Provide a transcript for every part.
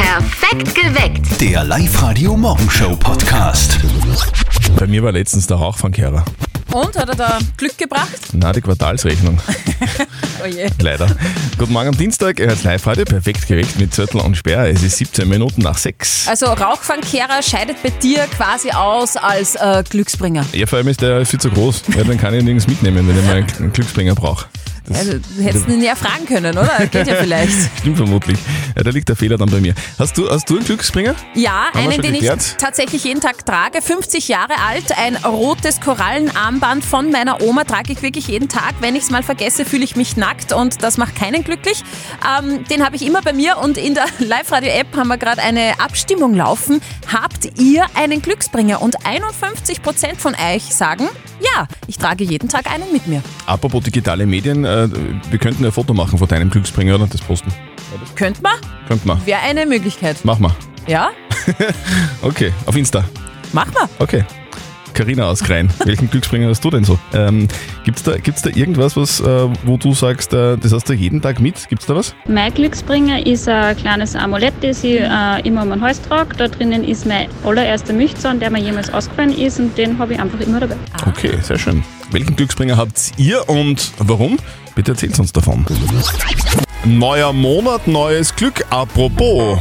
Perfekt geweckt. Der Live-Radio Morgenshow Podcast. Bei mir war letztens der Rauchfangkehrer. Und hat er da Glück gebracht? Na, die Quartalsrechnung. Oh je. Leider. Guten Morgen am Dienstag. Er ist live heute. Perfekt geweckt mit Zettel und Sperr. Es ist 17 Minuten nach 6. Also Rauchfangkehrer scheidet bei dir quasi aus als äh, Glücksbringer. Ja, vor allem ist der viel zu groß. Ja, dann kann ich ihn nirgends mitnehmen, wenn ich mal einen Glücksbringer brauche. Das Also, du hättest ihn ja fragen können, oder? Geht ja vielleicht. stimmt vermutlich. Ja, da liegt der Fehler dann bei mir. Hast du, hast du einen Glücksbringer? Ja, wir einen, schon den ich geklärt? tatsächlich jeden Tag trage. 50 Jahre alt, ein rotes Korallenarmband von meiner Oma trage ich wirklich jeden Tag. Wenn ich es mal vergesse, fühle ich mich nackt und das macht keinen glücklich. Ähm, den habe ich immer bei mir und in der Live-Radio-App haben wir gerade eine Abstimmung laufen. Habt ihr einen Glücksbringer? Und 51% von euch sagen, ja, ich trage jeden Tag einen mit mir. Apropos digitale Medien, äh, wir könnten ein Foto machen von deinem Glücksbringer, oder? Das posten. Könnt man? Könnten wir. Wäre eine Möglichkeit. Mach mal. Ja, Okay, auf Insta. mach mal. Okay. Karina aus Krein, welchen Glücksbringer hast du denn so? Ähm, Gibt es da, gibt's da irgendwas, was, äh, wo du sagst, äh, das hast du jeden Tag mit? Gibt es da was? Mein Glücksbringer ist ein kleines Amulett, das ich Mhm. äh, immer um den Hals trage. Da drinnen ist mein allererster Milchzahn, der mir jemals ausgefallen ist und den habe ich einfach immer dabei. Okay, sehr schön. Welchen Glücksbringer habt ihr und warum? Bitte erzählt uns davon. Neuer Monat, neues Glück. Apropos.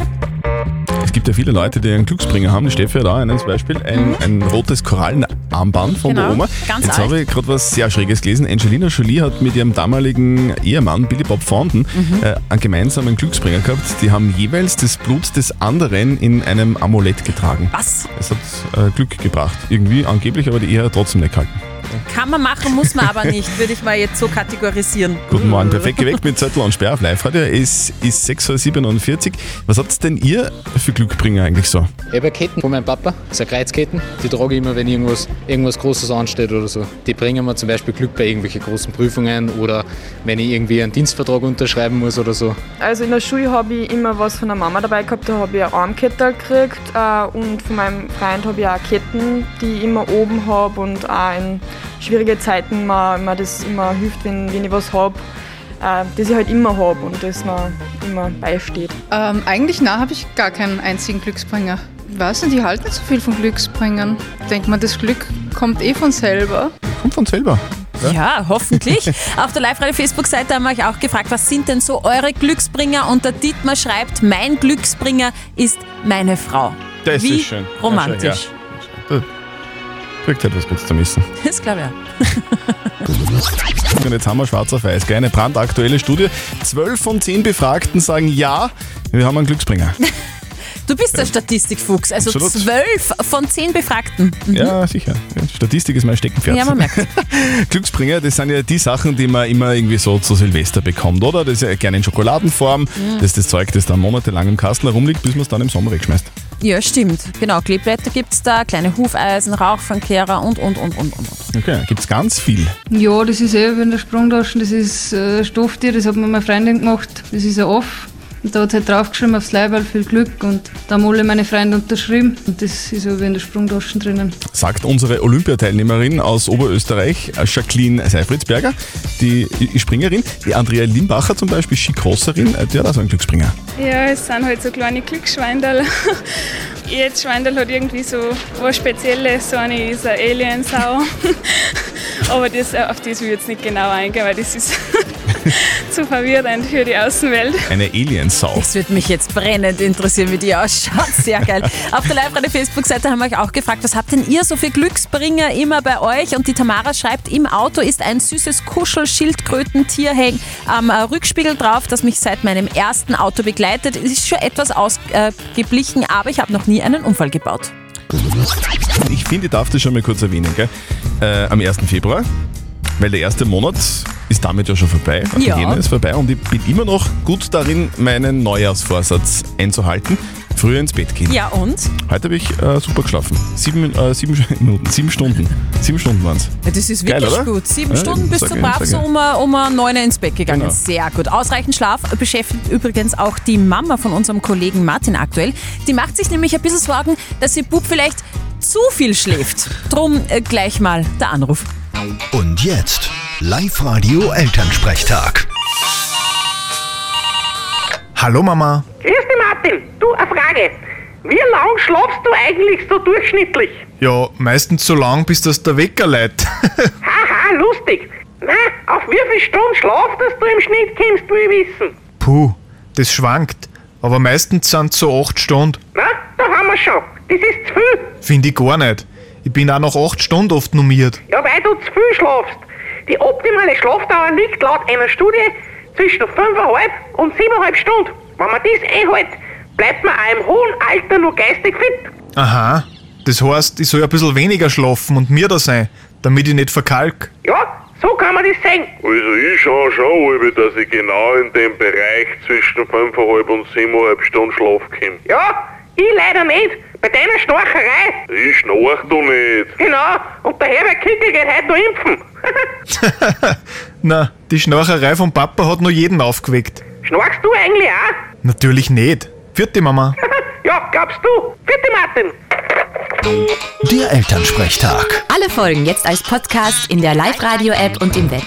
Es gibt ja viele Leute, die einen Glücksbringer haben. Die Steffi hat auch einen zum Beispiel. Ein, ein rotes Korallenarmband von der Genau, Oma. ganz Jetzt alt. habe ich gerade was sehr Schräges gelesen. Angelina Jolie hat mit ihrem damaligen Ehemann Billy Bob Thornton Mhm. äh, einen gemeinsamen Glücksbringer gehabt. Die haben jeweils das Blut des anderen in einem Amulett getragen. Was? Es hat äh, Glück gebracht. Irgendwie angeblich, aber die Ehe hat trotzdem nicht gehalten. Kann man machen, muss man aber nicht, würde ich mal jetzt so kategorisieren. Guten Morgen, perfekt geweckt mit Zettel und Sperr auf Live-Radio. Es ist 6.47 Uhr. Was habt denn ihr für Glückbringer eigentlich so? Ich habe Ketten von meinem Papa, das sind Kreuzketten. Die trage ich immer, wenn irgendwas, irgendwas Großes ansteht oder so. Die bringen mir zum Beispiel Glück bei irgendwelchen großen Prüfungen oder wenn ich irgendwie einen Dienstvertrag unterschreiben muss oder so. Also in der Schule habe ich immer was von der Mama dabei gehabt, da habe ich eine Armkette gekriegt äh, und von meinem Freund habe ich auch Ketten, die ich immer oben habe und auch in schwierigen Zeiten mir, mir das immer hilft, wenn, wenn ich was habe, äh, das ich halt immer habe und das mir immer beisteht. Ähm, eigentlich, na, habe ich gar keinen einzigen Glücksbringer. Ich weiß nicht, ich halte nicht so viel von Glücksbringern. Denkt man, das Glück kommt eh von selber. Kommt von selber. Ja, hoffentlich. Auf der Live-Radio-Facebook-Seite haben wir euch auch gefragt, was sind denn so eure Glücksbringer? Und der Dietmar schreibt, mein Glücksbringer ist meine Frau. Das Wie ist schön. Ja, romantisch. schön, ja. Kriegt halt was kurz zu missen. Das glaube ich auch. Und jetzt haben wir schwarz auf weiß. gell? Eine brandaktuelle Studie. 12 von 10 Befragten sagen ja, wir haben einen Glücksbringer. Du bist der Statistikfuchs, also Absolut. zwölf von zehn Befragten. Mhm. Ja, sicher. Statistik ist mein Steckenpferd. Ja, man merkt. Glücksbringer, das sind ja die Sachen, die man immer irgendwie so zu Silvester bekommt, oder? Das ist ja gerne in Schokoladenform. Das ist das Zeug, das dann monatelang im Kastel herumliegt, bis man es dann im Sommer wegschmeißt. Ja, stimmt. Genau, Kleeblätter gibt's da, kleine Hufeisen, Rauchfangkehrer und, und, und, und, und. und. Okay, da gibt es ganz viel. Ja, das ist eh wie in der Sprungtaschen, das ist äh, Stofftier, das hat mir meine Freundin gemacht, das ist ein Off. Und da hat halt draufgeschrieben aufs Leiberl viel Glück und da haben alle meine Freunde unterschrieben. Und das ist ja wie in der Sprungtaschen drinnen. Sagt unsere Olympiateilnehmerin aus Oberösterreich, Jacqueline Seifritzberger, die Springerin. Die Andrea Limbacher zum Beispiel, Skicrosserin, die hat auch so einen Glücksspringer. Ja, es sind halt so kleine Glücksschweinderl. Jedes Schweinderl hat irgendwie so was Spezielles. So eine ist eine Aliensau. Aber das, äh, auf das will ich jetzt nicht genau eingehen, weil das ist zu verwirrend für die Außenwelt. Eine Aliensau. Das würde mich jetzt brennend interessieren, wie die ausschaut. Sehr geil. Auf der Live-Radio-Facebook-Seite haben wir euch auch gefragt, was habt denn ihr so für Glücksbringer immer bei euch? Und die Tamara schreibt, im Auto ist ein süßes Kuschelschildkrötentier häng- am äh, Rückspiegel drauf, das mich seit meinem ersten Auto begleitet. Es ist schon etwas ausgeblichen, aber ich habe noch nie einen Unfall gebaut. Ich finde, ich darf das schon mal kurz erwähnen, gell? Äh, am 1. Februar, weil der erste Monat ist damit ja schon vorbei. Also Ja. Jänner ist vorbei und ich bin immer noch gut darin, meinen Neujahrsvorsatz einzuhalten. Früher ins Bett gehen. Ja und? Heute habe ich äh, super geschlafen. Sieben, äh, sieben Minuten, sieben Stunden. Sieben Stunden waren es. Ja, Das ist Geil, wirklich oder? gut. Sieben Ja, Stunden bist sag du ich, brav sag so ich. um, äh, um äh, neun ins Bett gegangen. Genau. Sehr gut. Ausreichend Schlaf beschäftigt übrigens auch die Mama von unserem Kollegen Martin aktuell. Die macht sich nämlich ein bisschen Sorgen, dass ihr Bub vielleicht zu viel schläft. Drum äh, gleich mal der Anruf. Und jetzt Live-Radio Elternsprechtag. Hallo Mama. Grüß dich, Martin. Du, eine Frage. Wie lang schlafst du eigentlich so durchschnittlich? Ja, meistens so lang, bis das der Wecker lädt. Haha, lustig. Na, auf wie viel Stunden Schlaf, dass du im Schnitt kommst, will ich wissen. Puh, das schwankt. Aber meistens sind so 8 Stunden. Na, Ah, da haben wir schon. Das ist zu viel. Finde ich gar nicht. Ich bin auch nach 8 Stunden oft normiert. Ja, weil du zu viel schlafst. Die optimale Schlafdauer liegt laut einer Studie zwischen 5,5 und 7,5 Stunden. Wenn man das einhält, bleibt man auch im hohen Alter noch geistig fit. Aha. Das heißt, ich soll ein bisschen weniger schlafen und mir da sein, damit ich nicht verkalk. Ja, so kann man das sehen. Also ich schaue schon, Uwe, dass ich genau in dem Bereich zwischen 5,5 und 7,5 Stunden Schlaf komme. Ja, ich leider nicht. Bei deiner Schnorcherei. Ich schnarch doch nicht. Genau, und der Herbert Kickel geht heute noch impfen. Na, die Schnarcherei vom Papa hat nur jeden aufgeweckt. Schnorchst du eigentlich auch? Natürlich nicht. Vierte Mama. ja, glaubst du. Vierte Martin. Der Elternsprechtag. Alle Folgen jetzt als Podcast in der Live-Radio-App und im Web.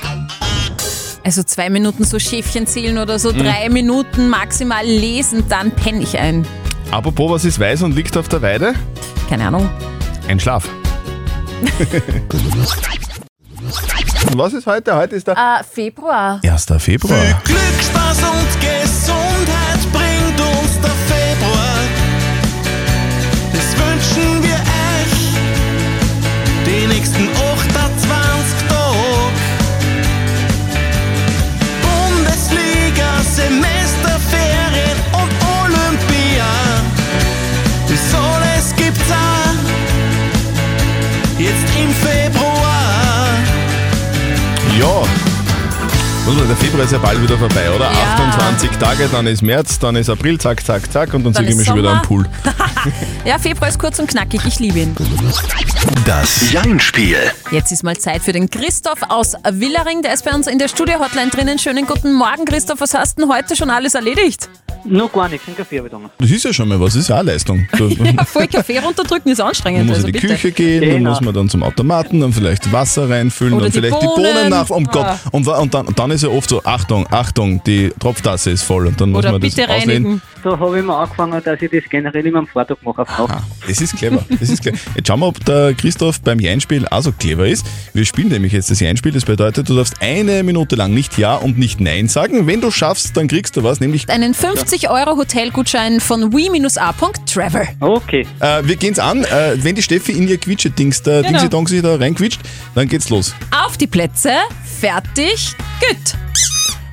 Also zwei Minuten so Schäfchen zählen oder Mhm. so drei Minuten maximal lesen, dann penne ich ein. Apropos, was ist weiß und liegt auf der Weide? Keine Ahnung. Ein Schlaf. was ist heute? Heute ist der Äh, Februar. 1. Äh, Februar. Glück, Spaß und Gesundheit bringt uns der Februar. Das wünschen wir euch die nächsten 28 Tage. Bundesliga, Semesterferien und Olympia. Das alles gibt's auch jetzt im Februar. Ja. Muss man, Der Februar ist ja bald wieder vorbei, oder? 28 Tage, dann ist März, dann ist April, zack, zack, zack und dann, Dann dann sind wir ist schon wieder am Sommer. Pool. Ja, Februar ist kurz und knackig. Ich liebe ihn. Das Jein-Spiel. Jetzt ist mal Zeit für den Christoph aus Willering. Der ist bei uns in der Studio-Hotline drinnen. Schönen guten Morgen, Christoph. Was hast du denn heute schon alles erledigt? Noch gar nichts, ein Kaffee habe ich da noch. Das ist ja schon mal was, das ist ja auch Leistung. Da Ja, voll Kaffee runterdrücken ist anstrengend. muss also in die bitte. Küche gehen, dann Genau. muss man dann zum Automaten, dann vielleicht Wasser reinfüllen, Oder dann die vielleicht die Bohnen. Bohnen nach. Um Ah. Gott. Und, wa- und dann, dann ist ja oft so, Achtung, Achtung, die Tropftasse ist voll und dann muss Oder man das bitte auslehnen. Da habe ich mir angefangen, dass ich das generell immer am Vortag mache. auf Nacht. Das ist clever. Das ist clever. Jetzt schauen wir, ob der Christoph beim Jeinspiel auch so clever ist. Wir spielen nämlich jetzt das Jeinspiel. Das bedeutet, du darfst eine Minute lang nicht Ja und nicht Nein sagen. Wenn du schaffst, dann kriegst du was, nämlich Einen 50-Euro-Hotelgutschein von we-a.travel. Okay. Äh, wir gehen's an. Äh, wenn die Steffi in ihr Quietschedings, der Genau. genau. Dingsi sich da reinquietscht, dann geht's los. Auf die Plätze, fertig, gut.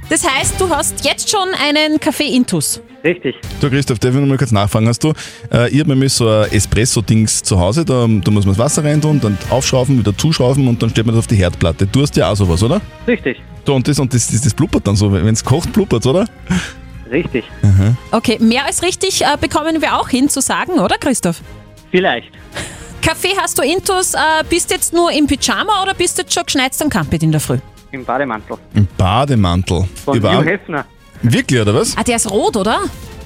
Das heißt, du hast jetzt schon einen Kaffee-Intus. Richtig. Du Christoph, darf ich noch mal kurz nachfragen? Hast du, äh, ich hab nämlich so ein Espresso-Dings zu Hause, da, da muss man das Wasser rein tun, dann aufschrauben, wieder zuschrauben und dann stellt man das auf die Herdplatte. Du hast ja auch sowas, oder? Richtig. Du, und das, und das, das, das blubbert dann so, wenn es kocht, blubbert's, oder? Richtig. Aha. Okay, mehr als richtig äh, bekommen wir auch hin zu sagen, oder Christoph? Vielleicht. Kaffee hast du Intus, äh, bist jetzt nur im Pyjama oder bist jetzt schon geschneit am Campit in der Früh? Im Bademantel. Ein Bademantel. Von Hugh Überall. Hefner. Wirklich, oder was? Ah, der ist rot, oder?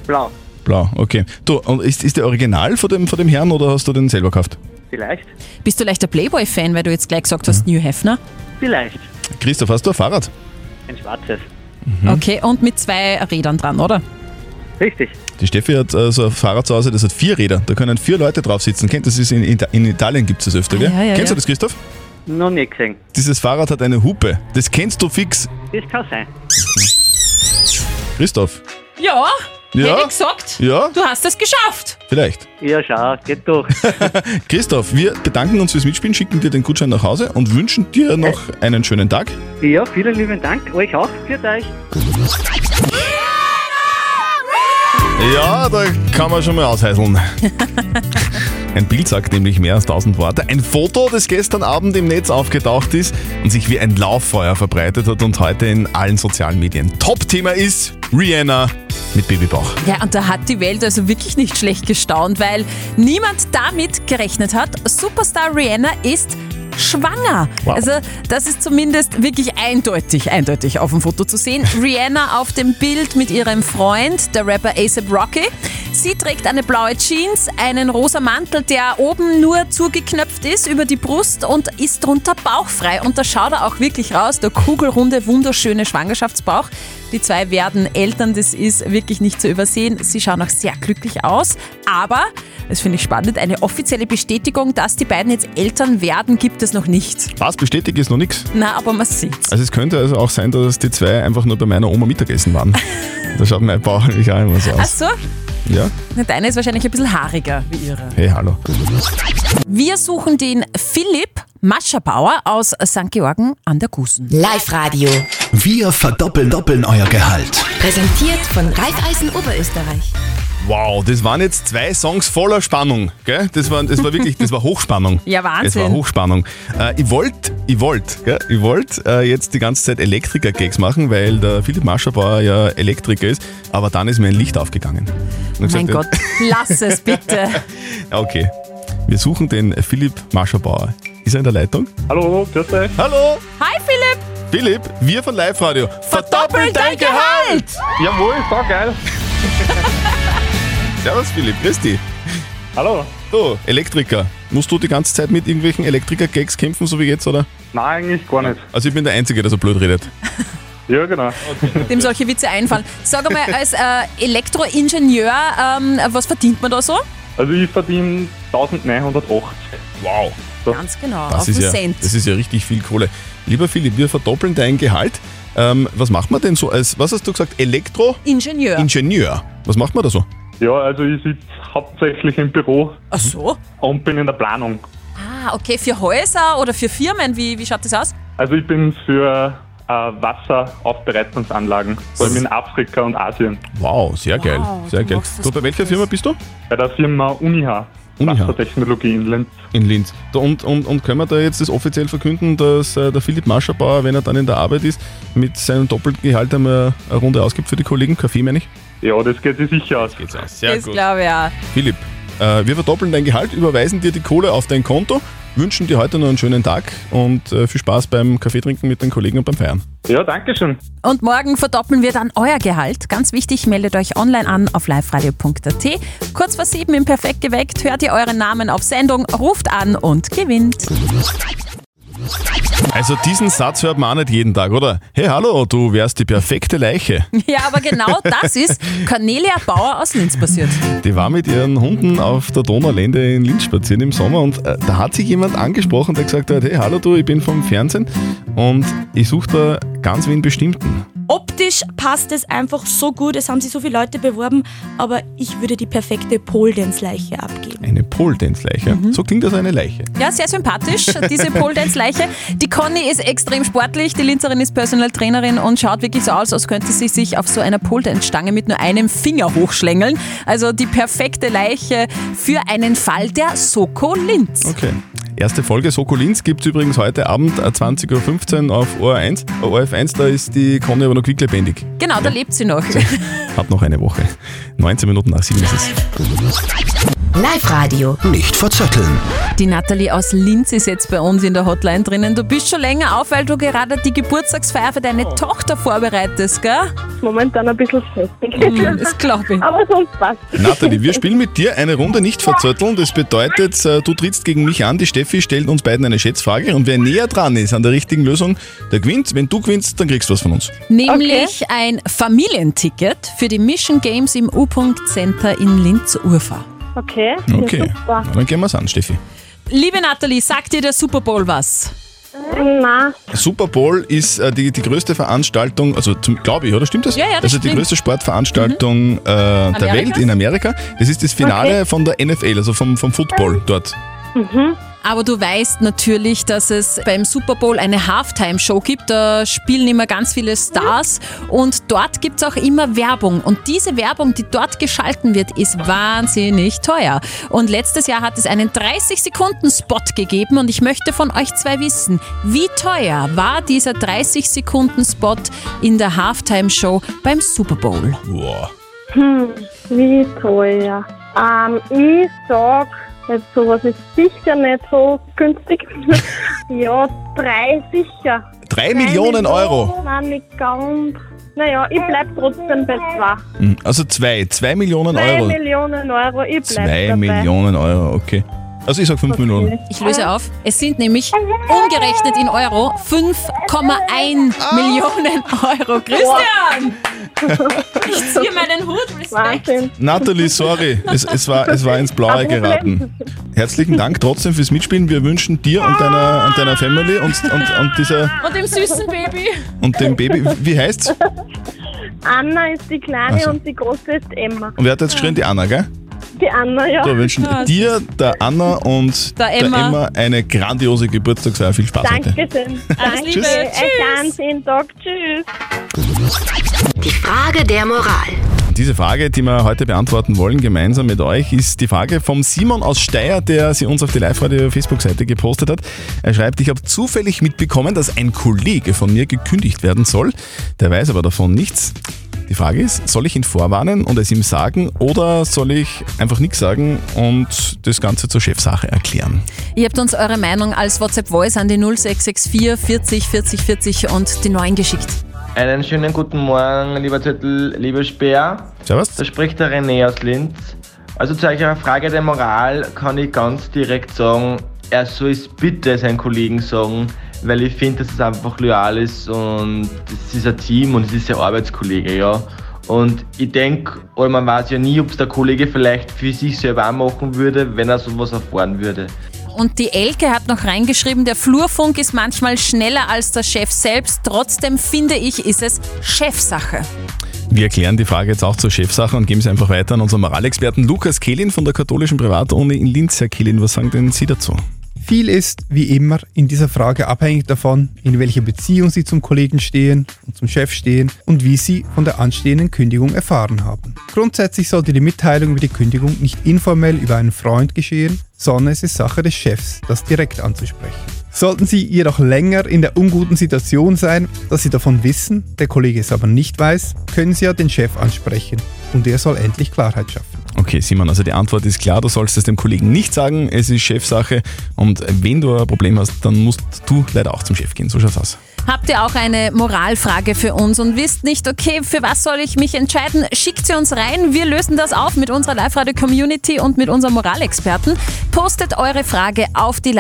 Blau. Blau, okay. Du, und ist, ist der Original von dem, von dem Herrn oder hast du den selber gekauft? Vielleicht. Bist du leicht der Playboy-Fan, weil du jetzt gleich gesagt Mhm. hast, New Hefner? Vielleicht. Christoph, hast du ein Fahrrad? Ein schwarzes. Mhm. Okay, und mit zwei Rädern dran, oder? Richtig. Die Steffi hat äh, so ein Fahrrad zu Hause, das hat vier Räder. Da können vier Leute drauf sitzen. Kennt das ist in, Ita- in Italien gibt es das öfter, gell? Ah, Ja, ja, Kennst ja. du das, Christoph? Noch nie gesehen. Dieses Fahrrad hat eine Hupe. Das kennst du fix. Das kann sein. Christoph, Ja, Ja. hätte ich gesagt. Ja. Du hast es geschafft. vielleicht. Ja, schau, geht durch. Christoph, wir bedanken uns fürs Mitspielen, schicken dir den Gutschein nach Hause und wünschen dir noch einen schönen Tag. ja, vielen lieben Dank. Euch auch. Für euch. Ja, da kann man schon mal ausheiseln. Ein Bild sagt nämlich mehr als tausend Worte. Ein Foto, das gestern Abend im Netz aufgetaucht ist und sich wie ein Lauffeuer verbreitet hat und heute in allen sozialen Medien Top-Thema ist Rihanna mit Babybauch. Ja, und da hat die Welt also wirklich nicht schlecht gestaunt, weil niemand damit gerechnet hat. Superstar Rihanna ist schwanger. Wow. Also das ist zumindest wirklich eindeutig, eindeutig auf dem Foto zu sehen. Rihanna auf dem Bild mit ihrem Freund, der Rapper ASAP Rocky. Sie trägt eine blaue Jeans, einen rosa Mantel, der oben nur zugeknöpft ist über die Brust und ist drunter bauchfrei. Und da schaut er auch wirklich raus, der kugelrunde, wunderschöne Schwangerschaftsbauch. Die zwei werden Eltern, das ist wirklich nicht zu übersehen. Sie schauen auch sehr glücklich aus. Aber, das finde ich spannend, eine offizielle Bestätigung, dass die beiden jetzt Eltern werden, gibt es noch nicht. Was bestätigt ist noch nichts. Na, aber man sieht. Also es könnte also auch sein, dass die zwei einfach nur bei meiner Oma Mittagessen waren. da schaut mein Bauch eigentlich auch immer so Ach aus. so, Ja? Also, na, deine ist wahrscheinlich ein bisschen haariger wie ihre. Hey, hallo. Wir suchen den Philipp Mascherbauer aus St. Georgen an der Gusen. Live Radio. Wir verdoppeln doppeln euer Gehalt. Präsentiert von Raiffeisen Oberösterreich. Wow, das waren jetzt zwei Songs voller Spannung, gell? Das war, das war wirklich, das war Hochspannung. Ja, Wahnsinn. Das war Hochspannung. Äh, ich wollte, ich wollte, gell? Ich wollte äh, jetzt die ganze Zeit Elektriker-Gags machen, weil der Philipp Mascherbauer ja Elektriker ist, aber dann ist mir ein Licht aufgegangen. Und ich Mein Gott, gesagt, äh, lass es bitte. Okay, wir suchen den Philipp Mascherbauer. Ist er in der Leitung? Hallo, grüß euch. Hallo, Hi Philipp! Philipp, wir von Live Radio. Verdoppelt dein Gehalt! Jawohl, so geil. Servus Philipp, grüß dich. Hallo. Du, Elektriker. Musst du die ganze Zeit mit irgendwelchen Elektriker-Gags kämpfen, so wie jetzt, oder? Nein, eigentlich gar nicht. Also ich bin der Einzige, der so blöd redet. Ja, genau. Dem solche Witze einfallen. Sag einmal, als äh, Elektroingenieur, ähm, was verdient man da so? Also ich verdiene 1980. Wow. Ganz genau, Das auf ist, den ja, Cent. das ist ja richtig viel Kohle. Lieber Philipp, wir verdoppeln dein Gehalt. Ähm, was macht man denn so als, was hast du gesagt, Elektro-Ingenieur? Ingenieur. Was macht man da so? Ja, also ich sitze hauptsächlich im Büro. Ach so? Und bin in der Planung. ah, okay, für Häuser oder für Firmen, wie, wie schaut das aus? Also ich bin für äh, Wasseraufbereitungsanlagen, vor allem in Afrika und Asien. Wow, sehr geil. sehr geil. Du, bei welcher Firma bist du? Bei der Firma UNIH. Uniha. Wassertechnologie in Linz. In Linz. Da, und, und, und können wir da jetzt das offiziell verkünden, dass äh, der Philipp Mascherbauer, wenn er dann in der Arbeit ist, mit seinem doppelten Gehalt einmal eine Runde ausgibt für die Kollegen? Kaffee meine ich? Ja, das geht sich sicher aus. Geht's aus. das glaube ich auch. Philipp, äh, wir verdoppeln dein Gehalt, überweisen dir die Kohle auf dein Konto, wünschen dir heute noch einen schönen Tag und äh, viel Spaß beim Kaffeetrinken mit den Kollegen und beim Feiern. Ja, danke schön. Und morgen verdoppeln wir dann euer Gehalt. Ganz wichtig, meldet euch online an auf liveradio.at. Kurz vor sieben im Perfekt geweckt, hört ihr euren Namen auf Sendung, ruft an und gewinnt. Also diesen Satz hört man auch nicht jeden Tag, oder? Hey, hallo, du wärst die perfekte Leiche. Ja, aber genau das ist Cornelia Bauer aus Linz passiert. Die war mit ihren Hunden auf der Donaulände in Linz spazieren im Sommer und äh, da hat sich jemand angesprochen, der gesagt hat, hey, hallo du, ich bin vom Fernsehen und ich suche da ganz wen Bestimmten. Optisch passt es einfach so gut, es haben sich so viele Leute beworben, aber ich würde die perfekte Poldensleiche abgeben. Eine Pole-Dance-Leiche. So klingt das eine Leiche. Ja, sehr sympathisch, diese Pole-Dance-Leiche. Die Conny ist extrem sportlich, die Linzerin ist Personal-Trainerin und schaut wirklich so aus, als könnte sie sich auf so einer Pole-Dance-Stange mit nur einem Finger hochschlängeln. Also die perfekte Leiche für einen Fall der Soko Linz. Okay. Erste Folge Soko Linz gibt es übrigens heute Abend äh, 20.15 Uhr auf OR1. Äh, ORF1, da ist die Conny aber noch quicklebendig. Genau, da lebt sie noch. Hab noch eine Woche. 19 Minuten nach 7 ist es. Live Radio. Nicht verzetteln. Die Natalie aus Linz ist jetzt bei uns in der Hotline drinnen. Du bist schon länger auf, weil du gerade die Geburtstagsfeier für deine Tochter vorbereitest, gell? Oh. Momentan ein bisschen heftig. Mm, das glaube ich. Aber sonst passt. Nathalie, wir spielen mit dir eine Runde nicht verzötteln. Das bedeutet, äh, du trittst gegen mich an, die Steffi stellt uns beiden eine Schätzfrage und wer näher dran ist an der richtigen Lösung, der gewinnt. Wenn du gewinnst, dann kriegst du was von uns. Nämlich ein Familienticket für die Mission Games im U-Punkt Center in Linz-Urfahr. Okay. Okay, Na, dann gehen wir's an, Steffi. Liebe Nathalie, sagt dir der Super Bowl was? Nein. Super Bowl ist äh, die, die größte Veranstaltung, also glaube ich, oder stimmt das? Ja, ja, das Also die stimmt. größte Sportveranstaltung äh, der Amerikas? Welt in Amerika. Das ist das Finale Okay. von der NFL, also vom, vom Football dort. Aber du weißt natürlich, dass es beim Super Bowl eine Halftime-Show gibt. Da spielen immer ganz viele Stars und dort gibt es auch immer Werbung. Und diese Werbung, die dort geschalten wird, ist wahnsinnig teuer. Und letztes Jahr hat es einen 30-Sekunden-Spot gegeben und ich möchte von euch zwei wissen, wie teuer war dieser 30-Sekunden-Spot in der Halftime-Show beim Super Bowl? Boah. Hm, wie teuer. Ähm, ich sag, jetzt sowas ist sicher nicht so günstig. ja, drei sicher. Drei Millionen Euro. Nein, nicht ganz. Naja, ich bleib trotzdem bei zwei. Mhm, Also zwei, zwei Millionen Zwei Euro. Millionen Euro, ich bleib Zwei dabei. Millionen Euro, okay. Also ich sag 5 Millionen. Ich löse auf. Es sind nämlich umgerechnet in Euro 5,1 Millionen Euro. Christian! Ich ziehe meinen Hut. Respekt. Natalie, sorry, es, es, war, es war ins Blaue geraten. Herzlichen Dank trotzdem fürs Mitspielen. Wir wünschen dir und deiner, und deiner Family und, und, und, dieser, Und dem süßen Baby. und dem Baby, wie heißt's? Anna ist die Kleine Also. und die Große ist Emma. Und wer hat jetzt geschrien? Die Anna, gell? Die Anna, ja. So, wir wünschen dir, der Anna und Der der Emma, Emma eine grandiose Geburtstagsfeier. Viel Spaß heute. Dankeschön. Alles Liebe. Einen ganz schönen Tag. Tschüss. Die Frage der Moral. Diese Frage, die wir heute beantworten wollen, gemeinsam mit euch, ist die Frage vom Simon aus Steyr, der sie uns auf die Live-Radio-Facebook-Seite gepostet hat. Er schreibt, ich habe zufällig mitbekommen, dass ein Kollege von mir gekündigt werden soll. Der weiß aber davon nichts. Die Frage ist, soll ich ihn vorwarnen und es ihm sagen oder soll ich einfach nichts sagen und das Ganze zur Chefsache erklären? Ihr habt uns eure Meinung als WhatsApp-Voice an die 0664 40 40 40 und die 9 geschickt. Einen schönen guten Morgen, lieber Zettel, lieber Speer. Servus. Da spricht der René aus Linz. Also zu eurer Frage der Moral kann ich ganz direkt sagen, er soll es bitte seinen Kollegen sagen, weil ich finde, dass es einfach loyal ist und es ist ein Team und es ist ein Arbeitskollege, ja. Und ich denke, oder man weiß ja nie, ob es der Kollege vielleicht für sich selber auch machen würde, wenn er sowas erfahren würde. Und die Elke hat noch reingeschrieben, der Flurfunk ist manchmal schneller als der Chef selbst. Trotzdem finde ich, ist es Chefsache. Wir erklären die Frage jetzt auch zur Chefsache und geben sie einfach weiter an unseren Moralexperten Lukas Kehlin von der katholischen Privatuni in Linz. Herr Kehlin, was sagen denn Sie dazu? Viel ist, wie immer, in dieser Frage abhängig davon, in welcher Beziehung Sie zum Kollegen stehen und zum Chef stehen und wie Sie von der anstehenden Kündigung erfahren haben. Grundsätzlich sollte die Mitteilung über die Kündigung nicht informell über einen Freund geschehen, sondern es ist Sache des Chefs, das direkt anzusprechen. Sollten Sie jedoch länger in der unguten Situation sein, dass Sie davon wissen, der Kollege es aber nicht weiß, können Sie ja den Chef ansprechen und er soll endlich Klarheit schaffen. Okay, Simon, also die Antwort ist klar, du sollst es dem Kollegen nicht sagen, es ist Chefsache und wenn du ein Problem hast, dann musst du leider auch zum Chef gehen, so schaut's aus. Habt ihr auch eine Moralfrage für uns und wisst nicht, okay, für was soll ich mich entscheiden? Schickt sie uns rein. Wir lösen das auf mit unserer Live-Radio-Community und mit unserem Moralexperten. Postet eure Frage auf die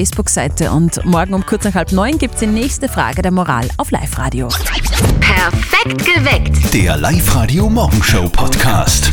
Live-Radio-Facebook-Seite und morgen um kurz nach halb neun gibt's die nächste Frage der Moral auf Live-Radio. Perfekt geweckt. Der Live-Radio Morgenshow Podcast.